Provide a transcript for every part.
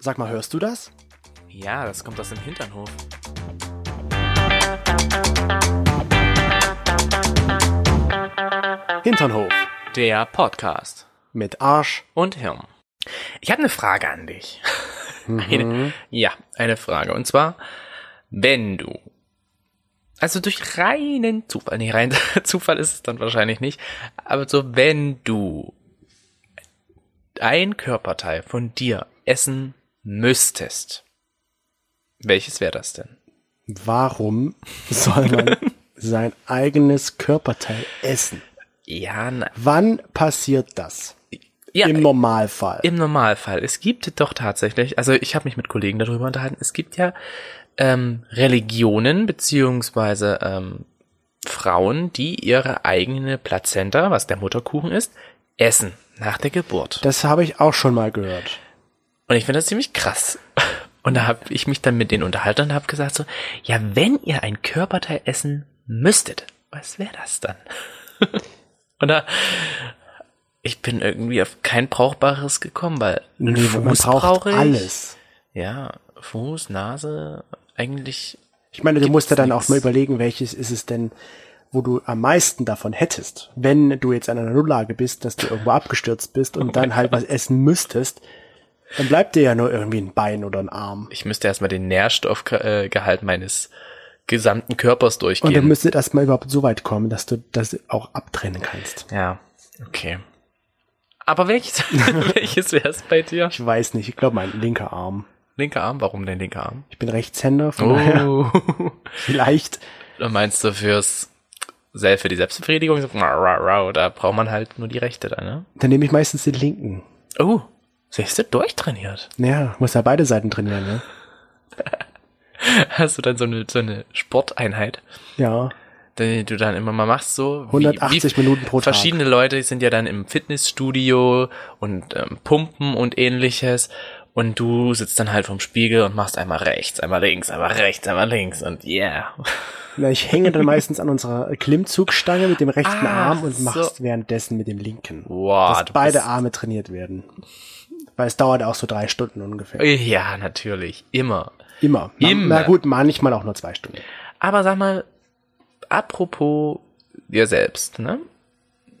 Sag mal, hörst du das? Ja, das kommt aus dem Hinternhof. Hinternhof Der Podcast. mit Arsch. Und Hirn. Ich habe eine Frage an dich. Mhm. Eine, ja, eine Frage. Und zwar, wenn du, also durch reinen Zufall, nee, rein Zufall ist es dann wahrscheinlich nicht, aber so, wenn du ein Körperteil von dir essen müsstest, welches wäre das denn? Warum soll man sein eigenes Körperteil essen? Ja, na, Wann passiert das? ja, äh, Im Normalfall. Im Normalfall. Es gibt doch tatsächlich, also ich habe mich mit Kollegen darüber unterhalten, es gibt ja ähm, Religionen beziehungsweise ähm, Frauen, die ihre eigene Plazenta, was der Mutterkuchen ist, essen nach der Geburt. Das habe ich auch schon mal gehört. Und ich finde das ziemlich krass. Und da habe ich mich dann mit denen unterhalten und habe gesagt so, ja, wenn ihr ein Körperteil essen müsstet, was wäre das dann? und da, ich bin irgendwie auf kein brauchbares gekommen, weil einen Nee, man Fuß braucht brauche ich. alles. Ja, Fuß, Nase, eigentlich. Ich meine, du musst ja dann auch nix. mal überlegen, welches ist es denn, wo du am meisten davon hättest. Wenn du jetzt an einer Nulllage bist, dass du irgendwo abgestürzt bist und Oh dann halt was essen müsstest, dann bleibt dir ja nur irgendwie ein Bein oder ein Arm. Ich müsste erstmal den Nährstoffgehalt meines gesamten Körpers Und dann durchgehen. müsste das mal überhaupt so weit kommen, dass du das auch abtrennen kannst. Ja, okay. Aber welches, welches wäre es bei dir? Ich weiß nicht, ich glaube mein linker Arm. Linker Arm? Warum denn linker Arm? Ich bin Rechtshänder, von daher Oh. vielleicht. Du meinst du fürs Sel- für die Selbstbefriedigung? So, rau, rau, rau, Da braucht man halt nur die Rechte dann, ne? Dann nehme ich meistens den linken. Oh, siehst du, durchtrainiert. Ja, muss ja beide Seiten trainieren, ne? Hast du dann so eine, so eine Sporteinheit? Ja. die du dann immer mal machst, so. 180 Minuten pro Tag. Verschiedene Leute sind ja dann im Fitnessstudio und ähm, pumpen und ähnliches. Und du sitzt dann halt vom Spiegel und machst einmal rechts, einmal links, einmal rechts, einmal links und yeah. Na, ich hänge dann meistens an unserer Klimmzugstange mit dem rechten Ah, Arm und so. mach's währenddessen mit dem linken. Wow, dass du beide bist- Arme trainiert werden. Weil es dauert auch so drei Stunden ungefähr. Ja, natürlich, immer. Immer. Na- Äh, Immer. Na gut, manchmal auch nur zwei Stunden. Aber sag mal, apropos dir selbst, ne?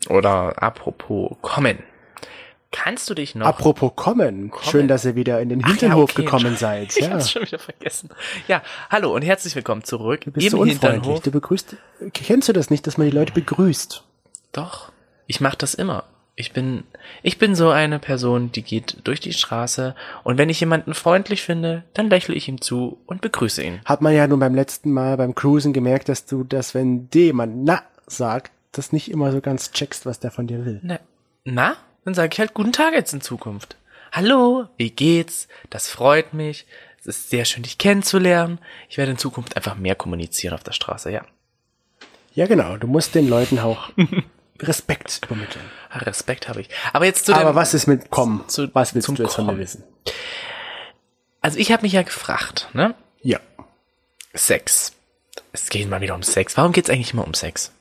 Oder apropos kommen. Kannst du dich noch? Apropos kommen. Schön, dass ihr wieder in den Ach ja, Hinternhof okay. gekommen seid. Ich Ja. hab's schon wieder vergessen. Ja, hallo und herzlich willkommen zurück Bist du unfreundlich? Du begrüßt. Kennst du das nicht, dass man die Leute begrüßt? Doch, ich mache das immer. Ich bin, ich bin so eine Person, die geht durch die Straße und wenn ich jemanden freundlich finde, dann lächle ich ihm zu und begrüße ihn. Hat man ja nun beim letzten Mal beim Cruisen gemerkt, dass du das, wenn dir jemand na sagt, das nicht immer so ganz checkst, was der von dir will. Na, na? Dann sage ich halt guten Tag jetzt in Zukunft. Hallo, wie geht's? Das freut mich. Es ist sehr schön, dich kennenzulernen. Ich werde in Zukunft einfach mehr kommunizieren auf der Straße, ja. Ja, genau. Du musst den Leuten auch Respekt übermitteln. Respekt habe ich. Aber jetzt zu Aber dem, was ist mit kommen? zu- was willst zum du jetzt von mir Kommen. wissen? also ich habe mich ja gefragt, ne? Ja. Sex. Es geht mal wieder um Sex. Warum geht's eigentlich immer um Sex?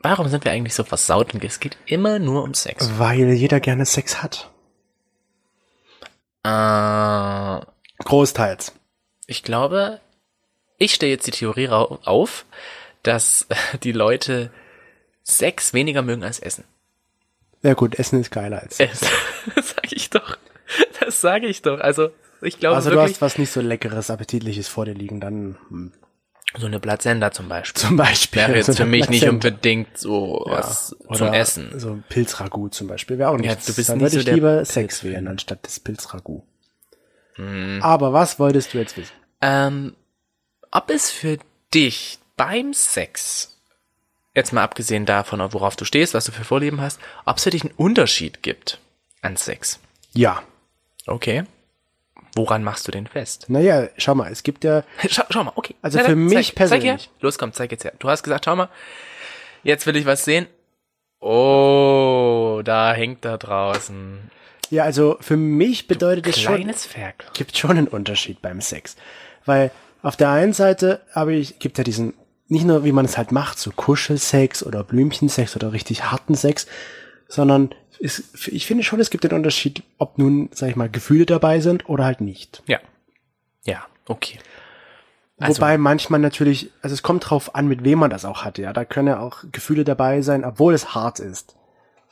Warum sind wir eigentlich so versaut und es geht immer nur um Sex? Weil jeder gerne Sex hat. Äh, Großteils. ich glaube, ich stelle jetzt die Theorie rau- auf, dass die Leute Sex weniger mögen als Essen. Ja gut, Essen ist geiler als Sex. Das sag ich doch. Das sage ich doch. Also, ich glaube Also du wirklich, hast was nicht so leckeres, appetitliches vor dir liegen, dann hm, so eine Plazenta zum Beispiel. zum Beispiel. Wäre so jetzt für eine mich nicht Plazenta. unbedingt so Ja, was zum oder Essen. So ein Pilzragout zum Beispiel wäre auch nichts. du bist dann nicht würde so ich der lieber Sex wählen anstatt des Pilzragout. Mhm. Aber was wolltest du jetzt wissen? Ähm, ob es für dich beim Sex, jetzt mal abgesehen davon, worauf du stehst, was du für Vorlieben hast, ob es für dich einen Unterschied gibt an Sex. Ja. Okay. Woran machst du den fest? Naja, schau mal, es gibt ja Schau, schau mal, okay. Also Na, für dann mich zeig, Zeig her. persönlich. Los, komm, zeig jetzt her. Du hast gesagt, schau mal, jetzt will ich was sehen. Oh, da hängt da draußen. Ja, also für mich bedeutet es schon, Kleines Ferkel. gibt schon einen Unterschied beim Sex. Weil auf der einen Seite habe ich, gibt ja diesen, nicht nur wie man es halt macht, so Kuschelsex oder Blümchensex oder richtig harten Sex, sondern es, ich finde schon, es gibt den Unterschied, ob nun, sag ich mal, Gefühle dabei sind oder halt nicht. Ja. Ja, okay. Also- Wobei manchmal natürlich, also es kommt drauf an, mit wem man das auch hatte, ja. Da können ja auch Gefühle dabei sein, obwohl es hart ist.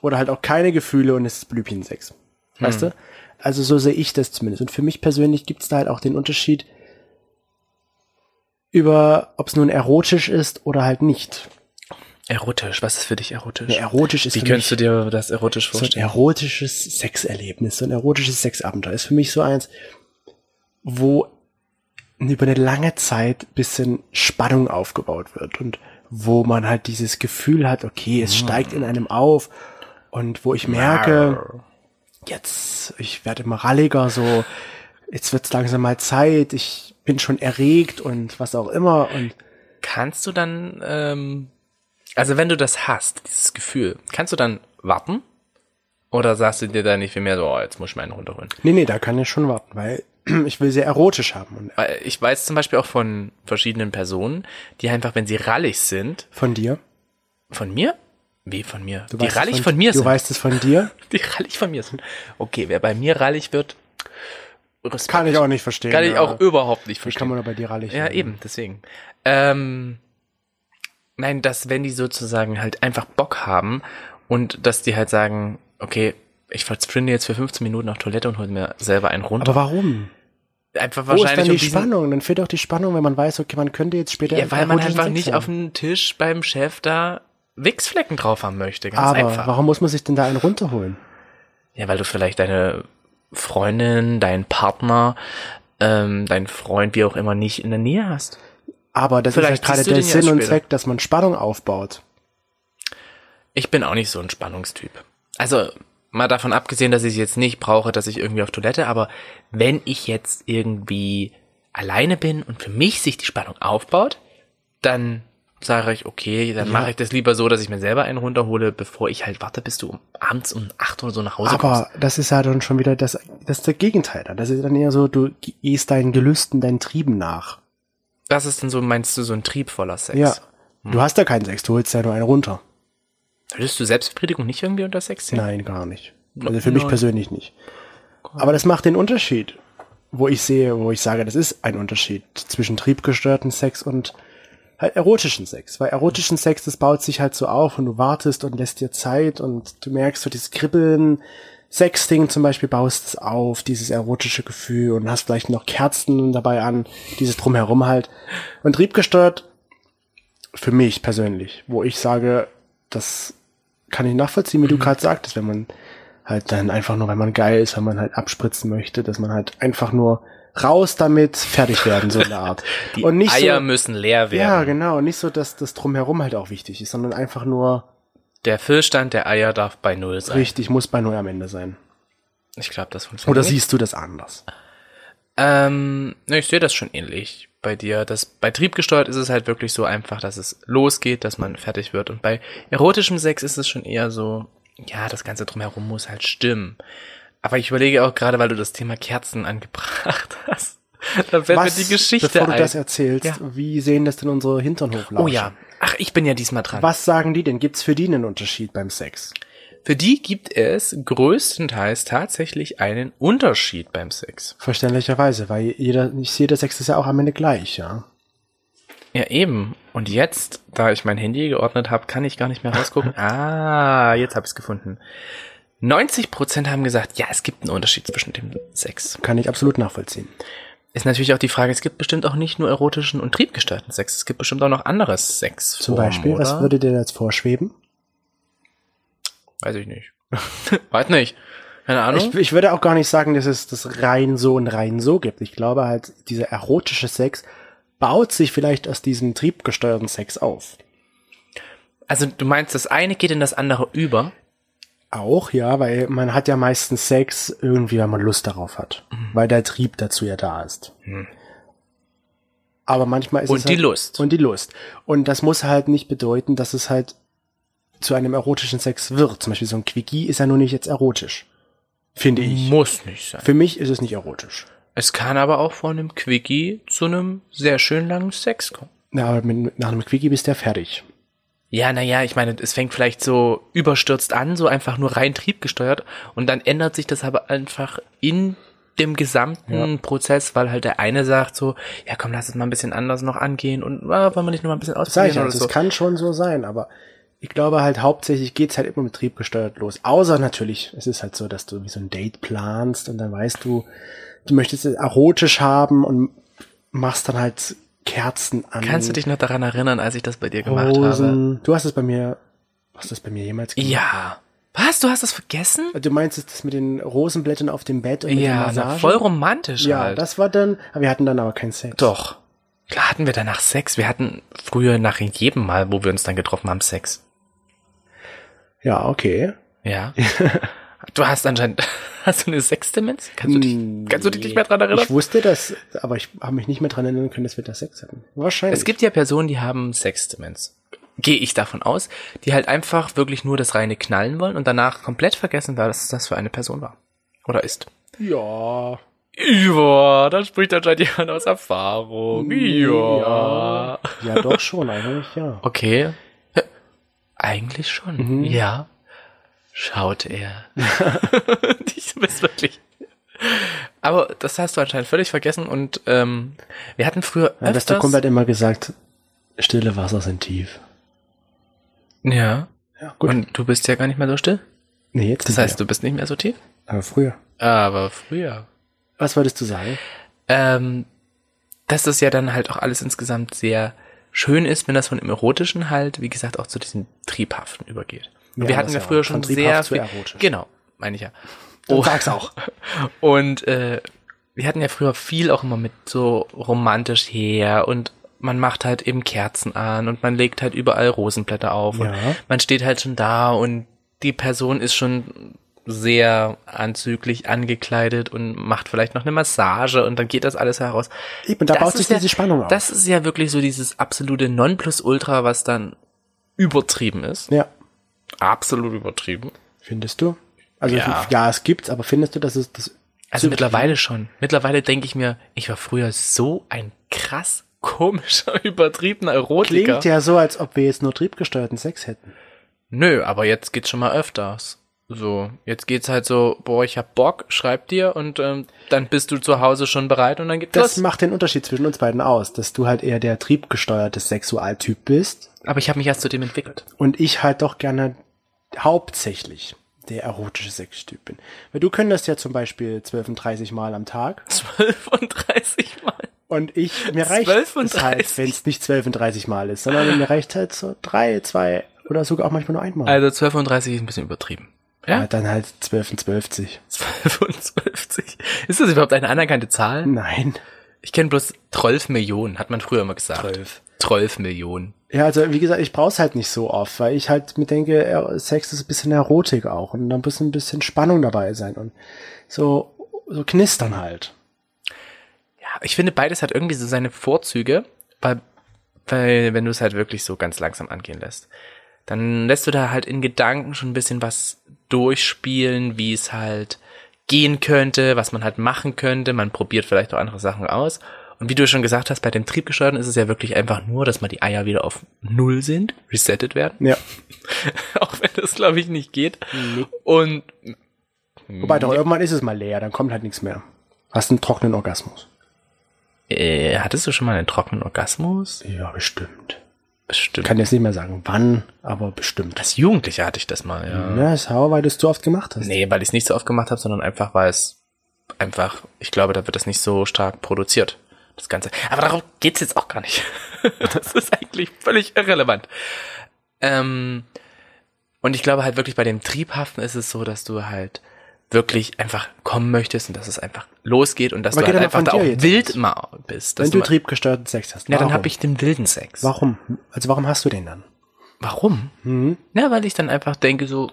Oder halt auch keine Gefühle und es ist Blümchensex. Weißt Hm. du? Also so sehe ich das zumindest. Und für mich persönlich gibt es da halt auch den Unterschied über, ob es nun erotisch ist oder halt nicht. Erotisch, was ist für dich erotisch? Ja, erotisch ist Wie für könntest du mich dir das erotisch so ein vorstellen? erotisches Sexerlebnis, so ein erotisches Sexabenteuer. Ist für mich so eins, wo über eine lange Zeit bisschen Spannung aufgebaut wird und wo man halt dieses Gefühl hat, okay, Ah. es steigt in einem auf und wo ich merke, jetzt, ich werde immer ralliger, so, jetzt wird's langsam mal Zeit, ich bin schon erregt und was auch immer und Kannst du dann, ähm, also wenn du das hast, dieses Gefühl, kannst du dann warten? Oder sagst du dir dann nicht viel mehr so, oh, jetzt muss ich meinen runterholen? nee, nee, da kann ich schon warten, weil ich will sehr erotisch haben und Weil ich weiß zum Beispiel auch von verschiedenen Personen, die einfach, wenn sie rallig sind, von dir. von mir? Wie von mir? die weißt es rallig von, mir Du sind. weißt es von dir? Die rallig von mir sind. Okay, wer bei mir rallig wird, Respekt. Kann ich auch nicht verstehen. Kann ich auch ja. überhaupt nicht verstehen. Kann man aber bei dir rallig Ja, werden. eben, deswegen. Ähm, nein, dass wenn die sozusagen halt einfach Bock haben und dass die halt sagen, okay, ich verschwinde jetzt für 15 Minuten auf Toilette und hole mir selber einen runter. Aber warum? einfach Wo ist dann wahrscheinlich die um diesen- Spannung? Dann fehlt auch die Spannung, wenn man weiß, okay, man könnte jetzt später. Ja, weil man halt erotischen einfach Sex nicht haben. auf dem Tisch beim Chef da Wichsflecken drauf haben möchte, ganz Aber einfach. warum muss man sich denn da einen runterholen? Ja, weil du vielleicht deine Freundin, deinen Partner, ähm, deinen Freund, wie auch immer, nicht in der Nähe hast. Aber das Vielleicht ist ja siehst gerade du der den ja Sinn und später. Zweck, dass man Spannung aufbaut. Ich bin auch nicht so ein Spannungstyp. Also, mal davon abgesehen, dass ich es jetzt nicht brauche, dass ich irgendwie auf Toilette, aber wenn ich jetzt irgendwie alleine bin und für mich sich die Spannung aufbaut, dann sage ich, okay, dann mache ich das lieber so, dass ich mir selber einen runterhole, bevor ich halt warte, bis du um, abends um acht oder so nach Hause kommst. Aber das ist ja dann schon wieder das, das ist der Gegenteil. Dann. Das ist dann eher so, du gehst deinen Gelüsten, deinen Trieben nach. Das ist dann so, meinst du, so ein triebvoller Sex? Ja. Hm. Du hast da keinen Sex, du holst ja nur einen runter. Würdest du Selbstbefriedigung nicht irgendwie unter Sex sehen? Nein, gar nicht. Also für mich Nein. persönlich nicht. Aber das macht den Unterschied, wo ich sehe, wo ich sage, das ist ein Unterschied zwischen triebgestörten Sex und halt erotischen Sex. Weil erotischen Sex, das baut sich halt so auf und du wartest und lässt dir Zeit und du merkst so dieses Kribbeln. Sexting zum Beispiel baust es auf, dieses erotische Gefühl und hast vielleicht noch Kerzen dabei an, dieses Drumherum halt. Und triebgesteuert für mich persönlich, wo ich sage, das kann ich nachvollziehen, Mhm. wie du gerade sagtest, wenn man halt dann einfach nur, wenn man geil ist, wenn man halt abspritzen möchte, dass man halt einfach nur raus damit, fertig werden, so eine Art. Die Eier so, müssen leer ja, werden. genau, nicht so, dass das drumherum halt auch wichtig ist, sondern einfach nur Der Füllstand der Eier darf bei Null sein. richtig muss bei Null am Ende sein. Ich glaube, das funktioniert. Oder nicht. siehst du das anders? Ähm, ne, ich sehe das schon ähnlich bei dir. Das, bei Triebgesteuert ist es halt wirklich so einfach, dass es losgeht, dass man fertig wird. Und bei erotischem Sex ist es schon eher so, ja, das Ganze drumherum muss halt stimmen. Aber ich überlege auch gerade, weil du das Thema Kerzen angebracht hast. Da fällt mir die Geschichte bevor du ein. das erzählst, Ja. wie sehen das denn unsere Hinternhoflauscher? oh ja. Ach, ich bin ja diesmal dran. Was sagen die denn? Gibt's für die einen Unterschied beim Sex? Für die gibt es größtenteils tatsächlich einen Unterschied beim Sex. Verständlicherweise, weil jeder, nicht jeder Sex ist ja auch am Ende gleich, ja. Ja, eben. Und jetzt, da ich mein Handy geordnet habe, kann ich gar nicht mehr rausgucken. ah, jetzt habe ich es gefunden. 90% haben gesagt, ja, es gibt einen Unterschied zwischen dem Sex. Kann ich absolut nachvollziehen. Ist natürlich auch die Frage, es gibt bestimmt auch nicht nur erotischen und triebgestörten Sex, es gibt bestimmt auch noch anderes Sex. Zum Beispiel, oder? was würde dir jetzt vorschweben? Weiß ich nicht. Weiß nicht. Keine Ahnung. Ich, ich würde auch gar nicht sagen, dass es das rein so und rein so gibt. Ich glaube halt, dieser erotische Sex baut sich vielleicht aus diesem triebgesteuerten Sex auf. Also du meinst, das eine geht in das andere über. Auch, ja, weil man hat ja meistens Sex irgendwie, wenn man Lust darauf hat. Mhm. Weil der Trieb dazu ja da ist. Aber manchmal ist Und es die halt, Lust. Und die Lust. Und das muss halt nicht bedeuten, dass es halt zu einem erotischen Sex wird. Zum Beispiel so ein Quickie ist ja nur nicht jetzt erotisch. Finde ich. Muss nicht sein. Für mich ist es nicht erotisch. Es kann aber auch von einem Quickie zu einem sehr schön langen Sex kommen. Na, aber mit, nach einem Quickie bist du ja fertig. Ja, naja, ich meine, es fängt vielleicht so überstürzt an, so einfach nur rein triebgesteuert und dann ändert sich das aber einfach in dem gesamten Prozess, weil halt der eine sagt so, ja komm, lass es mal ein bisschen anders noch angehen und ah, wollen wir nicht noch mal ein bisschen Sag ausprobieren ich oder halt, das so. kann schon so sein, aber ich glaube halt hauptsächlich geht's halt immer mit triebgesteuert los. Außer natürlich, es ist halt so, dass du wie so ein Date planst und dann weißt du, du möchtest es erotisch haben und machst dann halt Kerzen an. Kannst du dich noch daran erinnern, als ich das bei dir gemacht habe? Rosen. Du hast es bei mir, hast du das bei mir jemals gemacht? Also, Ja. Was? Du hast das vergessen? Du meinst es das mit den Rosenblättern auf dem Bett und mit der Ja, Massage? na, voll romantisch ja, halt. das war dann, aber wir hatten dann aber keinen Sex. Doch. Klar hatten wir danach Sex. Wir hatten früher nach jedem Mal, wo wir uns dann getroffen haben, Sex. Ja, okay. Ja. du hast anscheinend, hast du eine Sexdemenz? Kannst du dich, kannst du dich nicht mehr dran erinnern? Ich wusste das, aber ich habe mich nicht mehr dran erinnern können, dass wir da Sex hatten. Wahrscheinlich. Es gibt ja Personen, die haben Sexdemenz. Gehe ich davon aus, die halt einfach wirklich nur das reine Knallen wollen und danach komplett vergessen, was das für eine Person war. Oder ist. Ja. Ja, da spricht anscheinend jemand aus Erfahrung. Ja. Ja, doch schon, eigentlich, ja. Okay. Eigentlich schon. Ja. Schaut er. du bist wirklich. Aber das hast du anscheinend völlig vergessen und ähm, wir hatten früher Mein bester öfters. Kumpel hat immer gesagt, stille Wasser sind tief. ja. Ja, gut. Und du bist ja gar nicht mehr so still. nee, jetzt Das heißt, du bist nicht mehr so tief. Aber früher. Aber früher. Was wolltest du sagen? ähm, dass das ja dann halt auch alles insgesamt sehr schön ist, wenn das von dem Erotischen halt, wie gesagt, auch zu diesem Triebhaften übergeht. Und Ja, wir hatten das ja ja. früher Von schon triebhaft sehr zu viel, erotisch. Genau, meine ich ja. Dann Oh. sag's auch. Und äh, wir hatten ja früher viel auch immer mit so romantisch her und man macht halt eben Kerzen an und man legt halt überall Rosenblätter auf und Ja. man steht halt schon da und die Person ist schon sehr anzüglich angekleidet und macht vielleicht noch eine Massage und dann geht das alles heraus. Eben, da Das baut ist sich ja- diese Spannung auf. Das ist ja wirklich so dieses absolute Nonplusultra, was dann übertrieben ist. ja. Absolut übertrieben. Findest du? Also Ja. ja, es gibt's, aber findest du, dass es das Also zu- mittlerweile schon. Mittlerweile denke ich mir, ich war früher so ein krass komischer, übertriebener Erotiker. klingt ja so, als ob wir jetzt nur triebgesteuerten Sex hätten. Nö, aber jetzt geht's schon mal öfters. So, jetzt geht's halt so, boah, ich hab Bock, schreib dir und ähm, dann bist du zu Hause schon bereit und dann geht Das los. macht den Unterschied zwischen uns beiden aus, dass du halt eher der triebgesteuerte Sexualtyp bist Aber ich habe mich erst zu dem entwickelt. und ich halt doch gerne hauptsächlich der erotische Sextyp bin. Weil du könntest ja zum Beispiel 12 und 30 Mal am Tag 12 und 30 Mal. und ich, mir reicht 12 und es halt, 30. wenn es nicht 12 und 30 Mal ist, sondern mir reicht halt so drei, zwei oder sogar auch manchmal nur einmal. Also 12 und 30 ist ein bisschen übertrieben. ja, dann halt 12 und 12. 12,50. Ist das überhaupt eine anerkannte Zahl? Nein. Ich kenne bloß 12 Millionen, hat man früher immer gesagt. 12. 12 Millionen. Ja, also wie gesagt, ich brauch's halt nicht so oft, weil ich halt mir denke, er- Sex ist ein bisschen Erotik auch und da muss ein bisschen Spannung dabei sein und so, so knistern halt. Ja, ich finde, beides hat irgendwie so seine Vorzüge, weil, weil wenn du es halt wirklich so ganz langsam angehen lässt, dann lässt du da halt in Gedanken schon ein bisschen was durchspielen, wie es halt gehen könnte, was man halt machen könnte. Man probiert vielleicht auch andere Sachen aus. Und wie du schon gesagt hast, bei dem Triebgesteuerten ist es ja wirklich einfach nur, dass mal die Eier wieder auf Null sind, resettet werden. Ja. auch wenn das, glaube ich, nicht geht. Und Mhm. Wobei doch irgendwann ist es mal leer, dann kommt halt nichts mehr. Hast einen trockenen Orgasmus. äh, hattest du schon mal einen trockenen Orgasmus? Ja, bestimmt. Bestimmt. Kann jetzt nicht mehr sagen, wann, aber bestimmt. Als Jugendlicher hatte ich das mal, ja. Ja, ist hau, weil du es zu oft gemacht hast. Nee, weil ich es nicht so oft gemacht habe, sondern einfach, weil es einfach, ich glaube, da wird das nicht so stark produziert, das Ganze. Aber darum geht's jetzt auch gar nicht. das ist eigentlich völlig irrelevant. Ähm, und ich glaube halt wirklich bei dem Triebhaften ist es so, dass du halt wirklich einfach kommen möchtest und dass es einfach losgeht und dass Aber du geht halt aber einfach da von auch dir jetzt wild mal bist. Dass Wenn du mal, triebgesteuerten Sex hast. ja, dann warum? habe ich den wilden Sex. Warum? Also warum hast du den dann? Warum? Na, weil ich dann einfach denke so,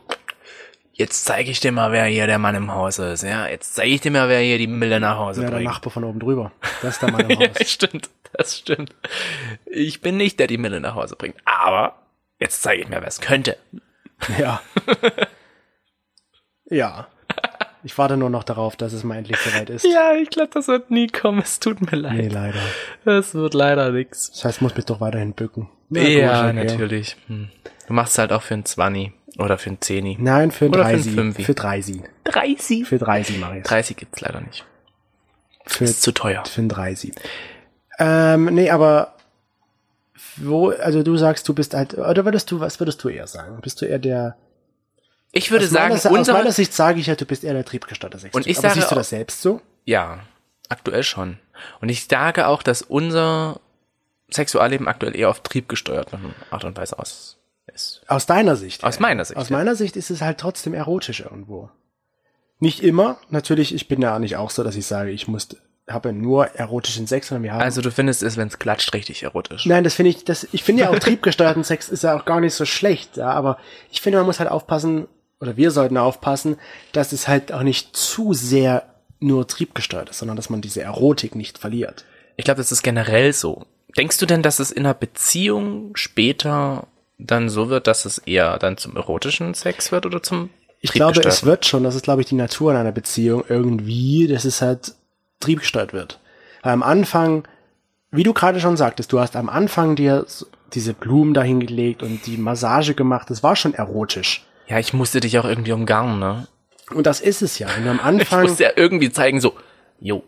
jetzt zeige ich dir mal, wer hier der Mann im Hause ist. Ja, jetzt zeige ich dir mal, wer hier die Mille nach Hause Ja, der bringt. Nachbar von oben drüber. Das ist der Mann im ja, Haus. stimmt, das stimmt. Ich bin nicht der, die Mille nach Hause bringt. Aber jetzt zeige ich mir, wer es könnte. Ja. ja. Ich warte nur noch darauf, dass es mal endlich soweit ist. Ja, ich glaube, das wird nie kommen. Es tut mir leid. Nee, leider. Es wird leider nichts. Das heißt, ich muss mich doch weiterhin bücken. Na Ja, gut, okay. natürlich. Hm. Du machst halt auch für einen 20 oder für einen 10. Nein, für Oder für drei ein Sie. Fünfi. Für drei Sie. 30? Für drei Sie mache ich 30 gibt's leider nicht. Für, Ist zu teuer. für ein drei Sie. Ähm, nee, aber wo, also du sagst, du bist halt, oder würdest du, was würdest du eher sagen? Bist du eher der, Ich würde aus, meiner, sagen, Se- aus unsere, meiner Sicht sage ich ja, du bist eher der Triebgestatter 60. Und ich aber sage siehst du auch- das selbst so? Ja, aktuell schon. Und ich sage auch, dass unser Sexualleben aktuell eher auf Trieb gesteuert Art und Weise aus ist. Aus deiner Sicht. Aus ja. meiner Sicht, Aus ja. meiner Sicht ist es halt trotzdem erotisch irgendwo. Nicht immer. Natürlich, ich bin ja nicht auch so, dass ich sage, ich muss, habe nur erotischen Sex, sondern wir haben. Also du findest es, wenn es klatscht, richtig erotisch. Nein, das finde ich, das, ich finde ja auch triebgesteuerten Sex ist ja auch gar nicht so schlecht, ja, aber ich finde, man muss halt aufpassen, oder wir sollten aufpassen, dass es halt auch nicht zu sehr nur triebgesteuert ist, sondern dass man diese Erotik nicht verliert. Ich glaube, das ist generell so. Denkst du denn, dass es in einer Beziehung später dann so wird, dass es eher dann zum erotischen Sex wird oder zum Ich glaube, es triebgesteuerten? wird schon, das ist, glaube ich, die Natur in einer Beziehung irgendwie, dass es halt triebgesteuert wird. Weil am Anfang, wie du gerade schon sagtest, du hast am Anfang dir so- diese Blumen dahin gelegt und die Massage gemacht, das war schon erotisch. Ja, ich musste dich auch irgendwie umgarnen, ne? Und das ist es ja. Wenn du am Ich Anfang. musste ja irgendwie zeigen, so, jo,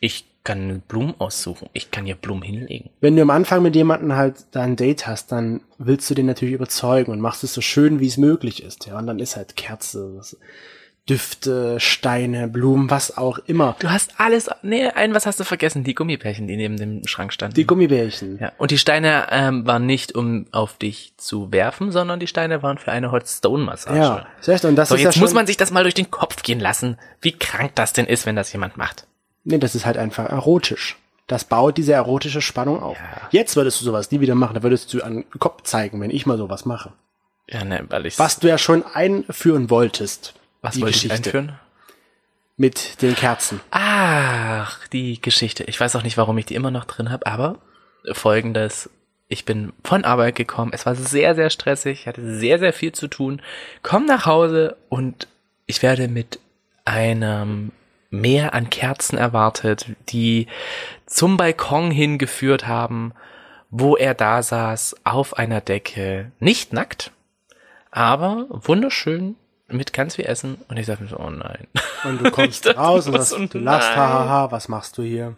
ich kann Blumen aussuchen, ich kann hier Blumen hinlegen. wenn du am Anfang mit jemandem halt da ein Date hast, dann willst du den natürlich überzeugen und machst es so schön, wie es möglich ist. Ja, und dann ist halt Kerze, was- Düfte, Steine, Blumen, was auch immer. Du hast alles, nee, ein, was hast du vergessen? Die Gummibärchen, die neben dem Schrank standen. Die Gummibärchen. ja. Und die Steine ähm, waren nicht, um auf dich zu werfen, sondern die Steine waren für eine Hot Stone Massage. Ja, das heißt, und das So, ist jetzt ja muss schon- man sich das mal durch den Kopf gehen lassen, wie krank das denn ist, wenn das jemand macht. Nee, das ist halt einfach erotisch. Das baut diese erotische Spannung auf. Ja. Jetzt würdest du sowas nie wieder machen, da würdest du an den Kopf zeigen, wenn ich mal sowas mache. Ja, ne, weil ich. Was du ja schon einführen wolltest. was die wollte ich Geschichte einführen? Mit den Kerzen. Ach, die Geschichte. Ich weiß auch nicht, warum ich die immer noch drin habe, aber folgendes. Ich bin von Arbeit gekommen. Es war sehr, sehr stressig. Ich hatte sehr, sehr viel zu tun. Komm nach Hause und ich werde mit einem Meer an Kerzen erwartet, die zum Balkon hingeführt haben, wo er da saß, auf einer Decke. Nicht nackt, aber wunderschön mit ganz viel Essen. Und ich sage mir so, oh nein. Und du kommst dachte raus und immer sagst, du so, lachst, nein. hahaha, was machst du hier?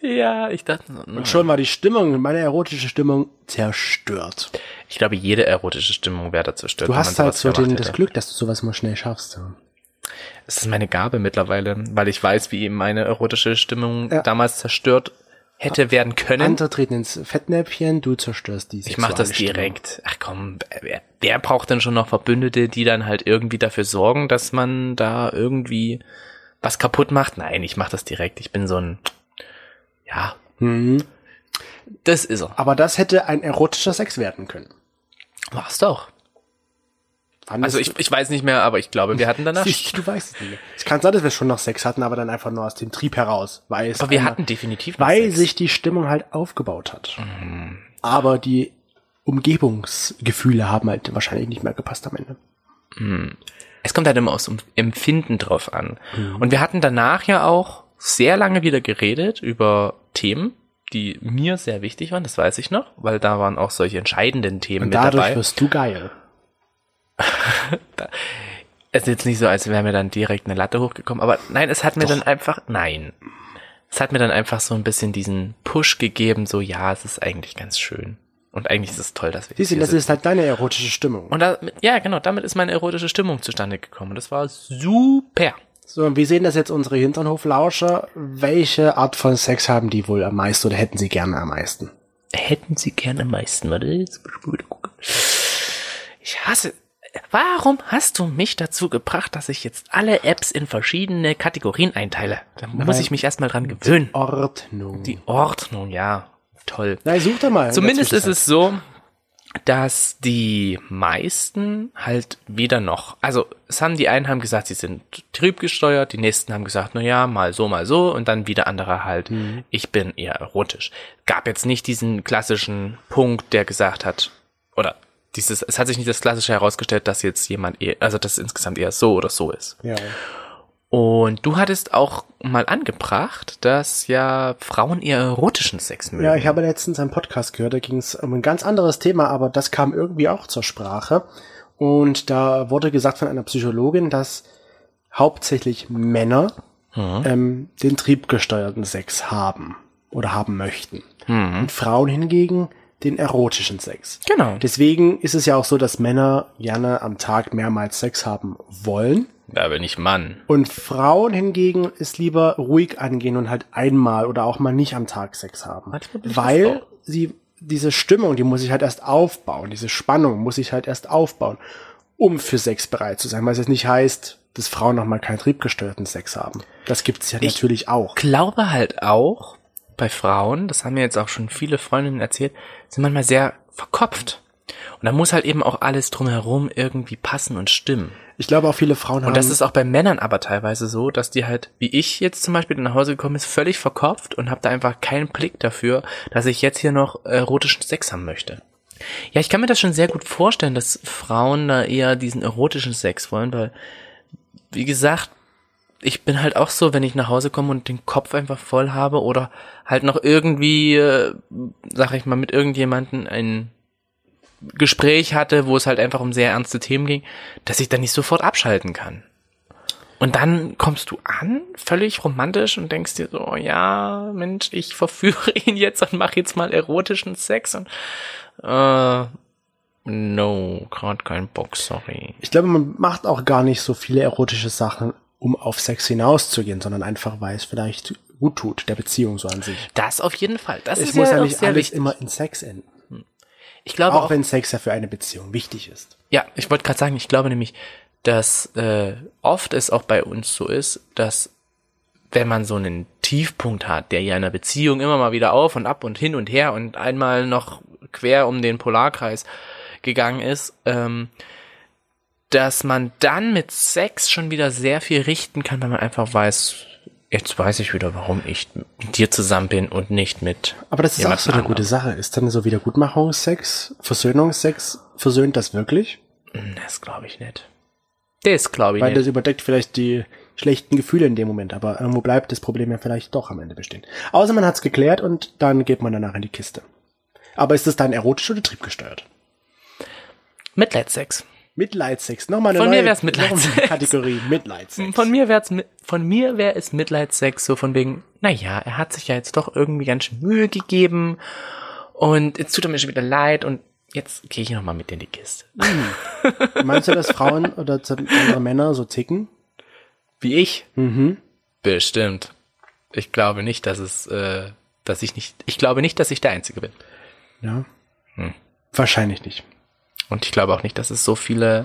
Ja, ich dachte, so, nein. Und schon war die Stimmung, meine erotische Stimmung, zerstört. Ich glaube, jede erotische Stimmung wäre dazu stört. Du hast halt so den, das hätte. Glück, dass du sowas mal schnell schaffst. ja. Das ist meine Gabe mittlerweile, weil ich weiß, wie meine erotische Stimmung Ja. damals zerstört hätte werden können. Andere treten ins Fettnäpfchen, du zerstörst die Ich mache das sexuelle direkt. Ach komm, wer, wer braucht denn schon noch Verbündete, die dann halt irgendwie dafür sorgen, dass man da irgendwie was kaputt macht? Nein, ich mache das direkt. Ich bin so ein, ja, Stimmung. Mhm. das ist er. Aber das hätte ein erotischer Sex werden können. War's doch. Fandest Also du- ich, ich weiß nicht mehr, aber ich glaube, wir hatten danach. Siehst du, du weißt es nicht mehr. Es kann sein, dass wir schon noch Sex hatten, aber dann einfach nur aus dem Trieb heraus, weil es Aber wir einmal- hatten definitiv noch weil Sex. Mhm. sich die Stimmung halt aufgebaut hat. Aber die Umgebungsgefühle haben halt wahrscheinlich nicht mehr gepasst am Ende. Es kommt halt immer aufs Empfinden drauf an. Mhm. Und wir hatten danach ja auch sehr lange wieder geredet über Themen, die mir sehr wichtig waren, das weiß ich noch, weil da waren auch solche entscheidenden Themen Und mit dadurch dabei. wirst du geil. Es ist jetzt nicht so, als wäre mir dann direkt eine Latte hochgekommen, aber nein, es hat mir dann einfach, nein. Es hat mir dann einfach so ein bisschen diesen Push gegeben, so, ja, es ist eigentlich ganz schön. Und eigentlich ist es toll, dass wir jetzt Siehst du, hier das sind. ist halt deine erotische Stimmung. Und da, ja, genau, damit ist meine erotische Stimmung zustande gekommen. Und das war super. So, und wie sehen das jetzt unsere Hinternhoflauscher? Welche Art von Sex haben die wohl am meisten oder hätten sie gerne am meisten? hätten sie gern am meisten? Warte, jetzt muss ich mal wieder gucken. Ich hasse. Warum hast du mich dazu gebracht, dass ich jetzt alle Apps in verschiedene Kategorien einteile? Da muss ich mich erstmal dran gewöhnen. Ordnung. Die Ordnung, ja. Toll. Na, such da mal. Zumindest ist es so, dass die meisten halt weder noch. Also es haben die einen haben gesagt, sie sind triebgesteuert, die nächsten haben gesagt, na ja, mal so, mal so und dann wieder andere halt, Mhm. ich bin eher erotisch. Gab jetzt nicht diesen klassischen Punkt, der gesagt hat, oder dieses, es hat sich nicht das klassische herausgestellt, dass jetzt jemand eher, also dass es insgesamt eher so oder so ist. Ja. Und du hattest auch mal angebracht, dass ja Frauen eher erotischen Sex mögen. Ja, ich habe letztens einen Podcast gehört, da ging es um ein ganz anderes Thema, aber das kam irgendwie auch zur Sprache. Und da wurde gesagt von einer Psychologin, dass hauptsächlich Männer ähm, den triebgesteuerten Sex haben oder haben möchten. Und Frauen hingegen den erotischen Sex. Genau. Deswegen ist es ja auch so, dass Männer gerne am Tag mehrmals Sex haben wollen. Da bin ich Mann. Und Frauen hingegen ist lieber ruhig angehen und halt einmal oder auch mal nicht am Tag Sex haben. Manchmal bin ich eine Weil Frau. sie diese Stimmung, die muss ich halt erst aufbauen, diese Spannung muss ich halt erst aufbauen, um für Sex bereit zu sein. Weil es jetzt nicht heißt, dass Frauen nochmal keinen triebgesteuerten Sex haben. Das gibt's ja natürlich auch. Glaube halt auch bei Frauen, das haben mir jetzt auch schon viele Freundinnen erzählt, sind manchmal sehr verkopft. Und da muss halt eben auch alles drumherum irgendwie passen und stimmen. Ich glaube auch viele Frauen haben. Und das ist auch bei Männern aber teilweise so, dass die halt, wie ich jetzt zum Beispiel nach Hause gekommen ist, völlig verkopft und habe da einfach keinen Blick dafür, dass ich jetzt hier noch äh, erotischen Sex haben möchte. Ja, ich kann mir das schon sehr gut vorstellen, dass Frauen da eher diesen erotischen Sex wollen, weil, wie gesagt, ich bin halt auch so, wenn ich nach Hause komme und den Kopf einfach voll habe oder halt noch irgendwie, äh, sag ich mal, mit irgendjemanden ein Gespräch hatte, wo es halt einfach um sehr ernste Themen ging, dass ich dann nicht sofort abschalten kann. Und dann kommst du an, völlig romantisch und denkst dir so, ja, Mensch, ich verführe ihn jetzt und mache jetzt mal erotischen Sex und äh, no, gerade kein Bock, sorry. ich glaube, man macht auch gar nicht so viele erotische Sachen, um auf Sex hinauszugehen, sondern einfach, weil es vielleicht gut tut, der Beziehung so an sich. Das auf jeden Fall. Das Es ist muss ja, ja auch nicht sehr alles wichtig. immer in Sex enden. Ich glaube auch, auch, wenn Sex ja für eine Beziehung wichtig ist. Ja, ich wollte gerade sagen, ich glaube nämlich, dass äh, oft es auch bei uns so ist, dass wenn man so einen Tiefpunkt hat, der ja in einer Beziehung immer mal wieder auf und ab und hin und her und einmal noch quer um den Polarkreis gegangen ist, ähm, dass man dann mit Sex schon wieder sehr viel richten kann, weil man einfach weiß, jetzt weiß ich wieder, warum ich mit dir zusammen bin und nicht mit. Aber das ist jemand auch so eine anderem. gute Sache. Ist dann so Wiedergutmachungssex, Versöhnungsex, versöhnt das wirklich? Das glaube ich nicht. Das glaube ich Weil nicht. das überdeckt vielleicht die schlechten Gefühle in dem Moment, aber irgendwo bleibt das Problem ja vielleicht doch am Ende bestehen. Außer man hat's geklärt und dann geht man danach in die Kiste. Aber ist das dann erotisch oder triebgesteuert? Mitleidssex. Mitleidsex, nochmal eine Von mir neue wär's Mitleidsex. nochmal eine Kategorie Mitleidsex. Von mir wär's, mi- von mir wär es Mitleidsex, so von wegen, naja, er hat sich ja jetzt doch irgendwie ganz schön Mühe gegeben und jetzt tut er mir schon wieder leid und jetzt gehe ich nochmal mit in die Kiste. Meinst du, dass Frauen oder andere Männer so ticken? Wie ich? Mhm. Bestimmt. Ich glaube nicht, dass es, äh, dass ich nicht, ich glaube nicht, dass ich der Einzige bin. Ja. Hm. Wahrscheinlich nicht. Und ich glaube auch nicht, dass es so viele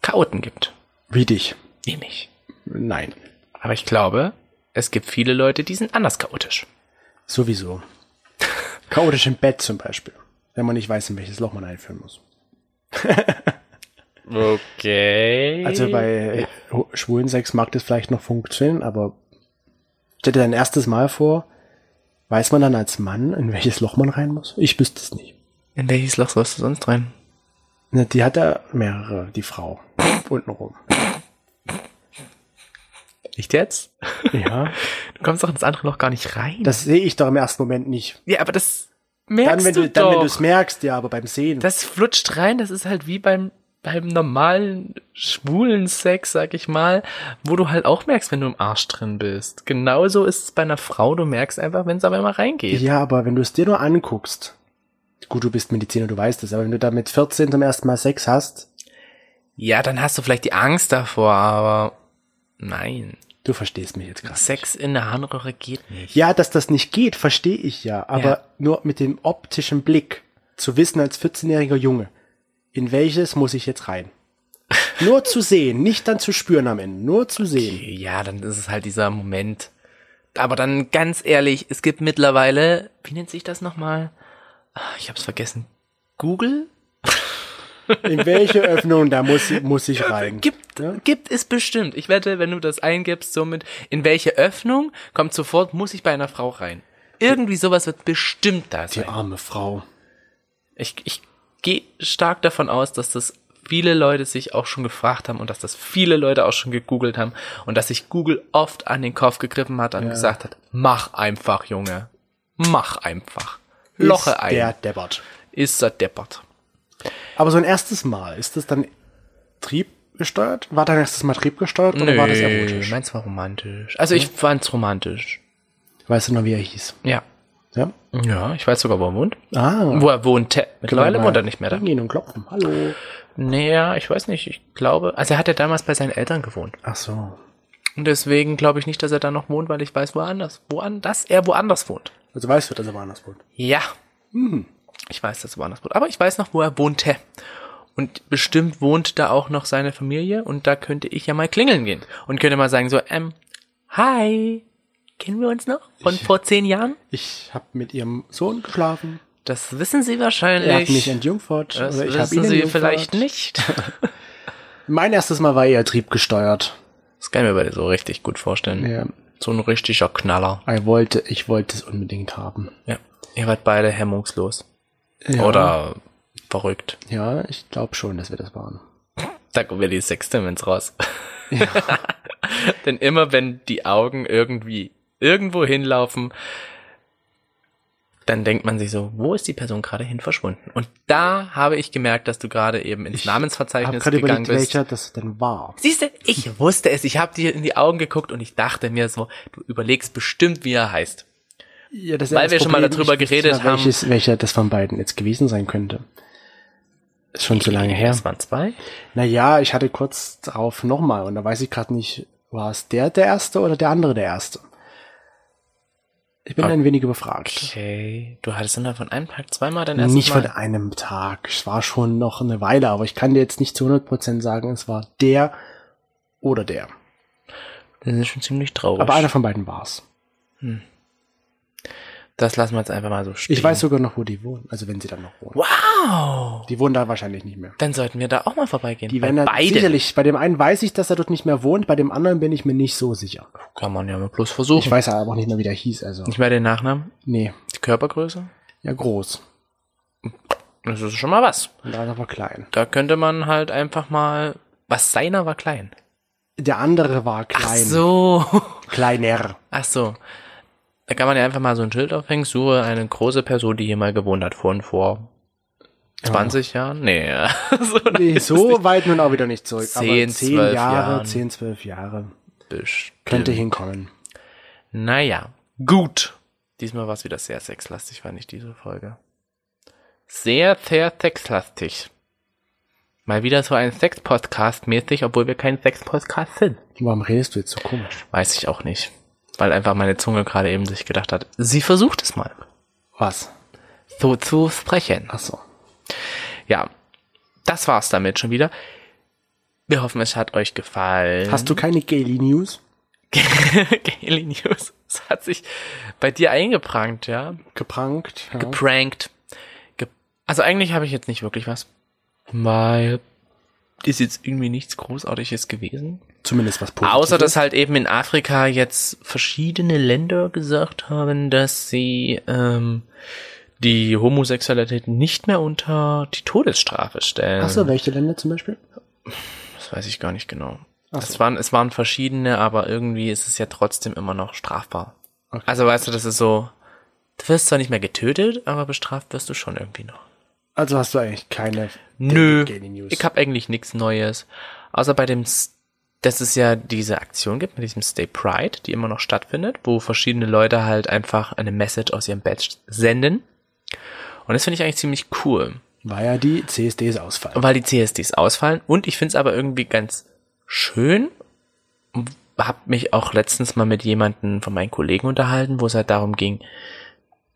Chaoten gibt. Wie dich? Wie mich. Nein. Aber ich glaube, es gibt viele Leute, die sind anders chaotisch. Sowieso. Chaotisch im Bett zum Beispiel. Wenn man nicht weiß, in welches Loch man einführen muss. Okay. Also bei ho- schwulen Sex mag das vielleicht noch funktionieren, aber stell dir dein erstes Mal vor, weiß man dann als Mann, in welches Loch man rein muss? Ich wüsste es nicht. In welches Loch sollst du sonst rein? Ne, Die hat da mehrere, die Frau. Untenrum. Nicht jetzt? Ja. Du kommst doch ins andere Loch gar nicht rein. Das sehe ich doch im ersten Moment nicht. ja, aber das Dann, merkst wenn du, du doch. dann, wenn du es merkst, ja, aber beim Sehen. das flutscht rein, das ist halt wie beim, beim normalen schwulen Sex, sag ich mal, wo du halt auch merkst, wenn du im Arsch drin bist. Genauso ist es bei einer Frau, du merkst einfach, wenn es aber immer reingeht. Ja, aber wenn du es dir nur anguckst, gut, du bist Mediziner, du weißt es, aber wenn du da mit 14 zum ersten Mal Sex hast, Ja, dann hast du vielleicht die Angst davor, aber nein. du verstehst mich jetzt krass. Sex in der Harnröhre geht nicht. Ja, dass das nicht geht, verstehe ich ja. Aber Ja. nur mit dem optischen Blick zu wissen als 14-jähriger Junge, in welches muss ich jetzt rein? Nur zu sehen, nicht dann zu spüren am Ende, nur zu sehen. Ja, dann ist es halt dieser Moment. Aber dann ganz ehrlich, es gibt mittlerweile, wie nennt sich das nochmal? Ah, Ich hab's vergessen. Google? In welche Öffnung da muss, ich- muss ich rein? Gibt, Ja. gibt es bestimmt. Ich wette, wenn du das eingibst, somit, in welche Öffnung kommt sofort, muss ich bei einer Frau rein. Irgendwie sowas wird bestimmt da Die sein. arme Frau. Ich, ich gehe stark davon aus, dass das viele Leute sich auch schon gefragt haben und dass das viele Leute auch schon gegoogelt haben und dass sich Google oft an den Kopf gegriffen hat und gesagt hat, mach einfach, Junge. Mach einfach. Loche ein. Der deppert. Ist er deppert. Aber so ein erstes Mal, ist das dann triebgesteuert? War dein erstes Mal triebgesteuert oder war das erotisch? meins war romantisch. Also ich fand's romantisch. Weißt du noch, wie er hieß? Ja. Ja? Ja, ich weiß sogar, wo er wohnt. Ah. Wo er wohnte. Mittlerweile wohnt er nicht mehr da. Hingehen und klopfen. Hallo. Naja, ich weiß nicht. Ich glaube, also er hat ja damals bei seinen Eltern gewohnt. Ach so. Und deswegen glaube ich nicht, dass er da noch wohnt, weil ich weiß, woanders, woanders, dass er woanders wohnt. Also weißt du, dass er woanders wohnt. Ja. Mhm. Ich weiß, dass er woanders wohnt. Aber ich weiß noch, wo er wohnte. Und bestimmt wohnt da auch noch seine Familie und da könnte ich ja mal klingeln gehen und könnte mal sagen so, ähm, hi, kennen wir uns noch? Von vor zehn Jahren? Ich habe mit ihrem Sohn geschlafen. Das wissen Er Sie hat mich wahrscheinlich. entjungfert. Das oder ich hab wissen ihn Sie entjungfert. vielleicht nicht. Mein erstes Mal war eher triebgesteuert. Das kann ich mir bei dir so richtig gut vorstellen. Ja. So ein richtiger Knaller. Ich wollte, ich wollte es unbedingt haben. Ja. Ihr wart beide hemmungslos. Oder verrückt. Ja, ich glaube schon, dass wir das waren. Da kommt ja die Sextimmons raus. Denn immer wenn die Augen irgendwie irgendwo hinlaufen, dann denkt man sich so, wo ist die Person gerade hin verschwunden? Und da habe ich gemerkt, dass du gerade eben ins Ich habe Namensverzeichnis gerade gegangen überlegt, bist. welcher das denn war. Siehst du, ich wusste es. Ich habe dir in die Augen geguckt und ich dachte mir so, du überlegst bestimmt, wie er heißt. Ja, das ist Weil das wir schon mal darüber Ich wusste geredet mal, haben. Welches, welcher das von beiden jetzt gewesen sein könnte. Ist schon zu lange her. Das waren zwei. Naja, ich hatte kurz drauf nochmal und da weiß ich gerade nicht, war es der der Erste oder der andere der Erste? Ich Ah. bin ein wenig überfragt. Okay. Du hattest innerhalb von einem Tag zweimal dein erstes Nicht Mal. von einem Tag. Es war schon noch eine Weile, aber ich kann dir jetzt nicht zu 100% sagen, es war der oder der. Das ist schon ziemlich traurig. Aber einer von beiden war's. das lassen wir jetzt einfach mal so stehen. Ich weiß sogar noch, wo die wohnen. Also wenn sie dann noch wohnen. Wow! Die wohnen da wahrscheinlich nicht mehr. Dann sollten wir da auch mal vorbeigehen. Die Bei werden da beiden. sicherlich, bei dem einen weiß ich, dass er dort nicht mehr wohnt, bei dem anderen bin ich mir nicht so sicher. Kann man ja mal bloß Ich versuchen. weiß aber auch nicht mehr, wie der hieß, also. Nicht mehr den Nachnamen, Nee. die Körpergröße. Ja, groß. Das ist schon mal was. Und der andere war klein. Da könnte man halt einfach mal. Was seiner war klein. Der andere war Ach klein. so. Kleiner. Ach so. Da kann man ja einfach mal so ein Schild aufhängen. Suche eine große Person, die hier mal gewohnt hat, vor und vor 20 Jahren. Nee. so Nee, so weit nun auch wieder nicht zurück. Zehn, aber zehn zwölf Jahre, Jahren. zehn, zwölf Jahre. bestimmt. Könnte hinkommen. Naja, gut. Diesmal war es wieder sehr sexlastig, fand ich diese Folge. Sehr, sehr sexlastig. Mal wieder so ein Sex-Podcast mäßig, obwohl wir kein Sex-Podcast sind. Warum redest du jetzt so komisch? Weiß ich auch nicht. Weil einfach meine Zunge gerade eben sich gedacht hat, sie versucht es mal. Was? Hm? So zu sprechen. Ach so. Ja, das war's damit schon wieder. Wir hoffen, es hat euch gefallen. Hast du keine Gaily News? Daily News? Es hat sich bei dir eingeprangt, ja? Geprankt? Ja. geprankt. Ge also eigentlich habe ich jetzt nicht wirklich was. Weil ist jetzt irgendwie nichts Großartiges gewesen. Zumindest was Positives. Außer dass halt eben in Afrika jetzt verschiedene Länder gesagt haben, dass sie ähm, die Homosexualität nicht mehr unter die Todesstrafe stellen. Ach so, welche Länder zum Beispiel? Das weiß ich gar nicht genau. Ach Es waren, es waren verschiedene, aber irgendwie ist es ja trotzdem immer noch strafbar. Also weißt du, das ist so, du wirst zwar nicht mehr getötet, aber bestraft wirst du schon irgendwie noch. Also hast du eigentlich keine Nö, Daily News. ich habe eigentlich nichts Neues. Außer bei dem, S- dass es ja diese Aktion gibt mit diesem Stay Pride, die immer noch stattfindet, wo verschiedene Leute halt einfach eine Message aus ihrem Badge senden. Und das finde ich eigentlich ziemlich cool, War ja die CSDs Ausfall. weil die CSDs ausfallen. Und ich finde es aber irgendwie ganz schön. Hab mich auch letztens mal mit jemandem von meinen Kollegen unterhalten, wo es halt darum ging,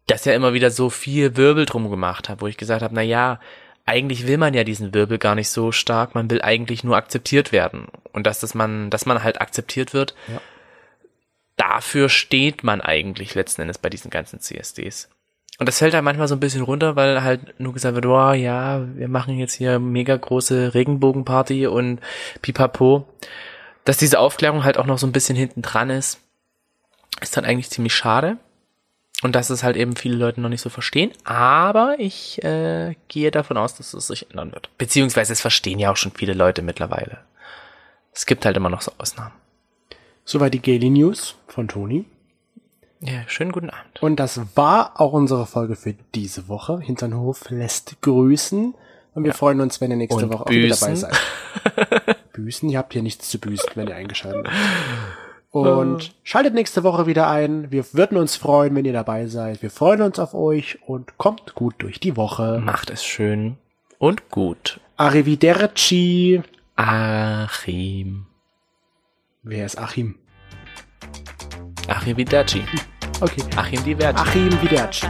dass ja immer wieder so viel Wirbel drum gemacht hat, wo ich gesagt habe, na ja, eigentlich will man ja diesen Wirbel gar nicht so stark, man will eigentlich nur akzeptiert werden und dass das man, dass man halt akzeptiert wird. Dafür steht man eigentlich letzten Endes bei diesen ganzen CSDs. Und das fällt halt manchmal so ein bisschen runter, weil halt nur gesagt wird, wow, ja, wir machen jetzt hier mega große Regenbogenparty und pipapo. Dass diese Aufklärung halt auch noch so ein bisschen hinten dran ist, ist dann eigentlich ziemlich schade. Und dass es halt eben viele Leute noch nicht so verstehen. Aber ich äh, gehe davon aus, dass es sich ändern wird. Beziehungsweise es verstehen ja auch schon viele Leute mittlerweile. Es gibt halt immer noch so Ausnahmen. Soweit die Gaily News von Toni. Ja, schönen guten Abend. Und das war auch unsere Folge für diese Woche. Hinternhof lässt grüßen. Und wir freuen uns, wenn ihr nächste Und Woche auch wieder dabei büßen. seid. büßen, ihr habt hier nichts zu büßen, wenn ihr eingeschaltet habt. Äh. Und schaltet nächste Woche wieder ein. Wir würden uns freuen, wenn ihr dabei seid. Wir freuen uns auf euch und kommt gut durch die Woche. Macht es schön und gut. Arrivederci. Achim. Wer ist Achim? Achim Vidaci. Okay. Achim Diverci. Achim Widerci.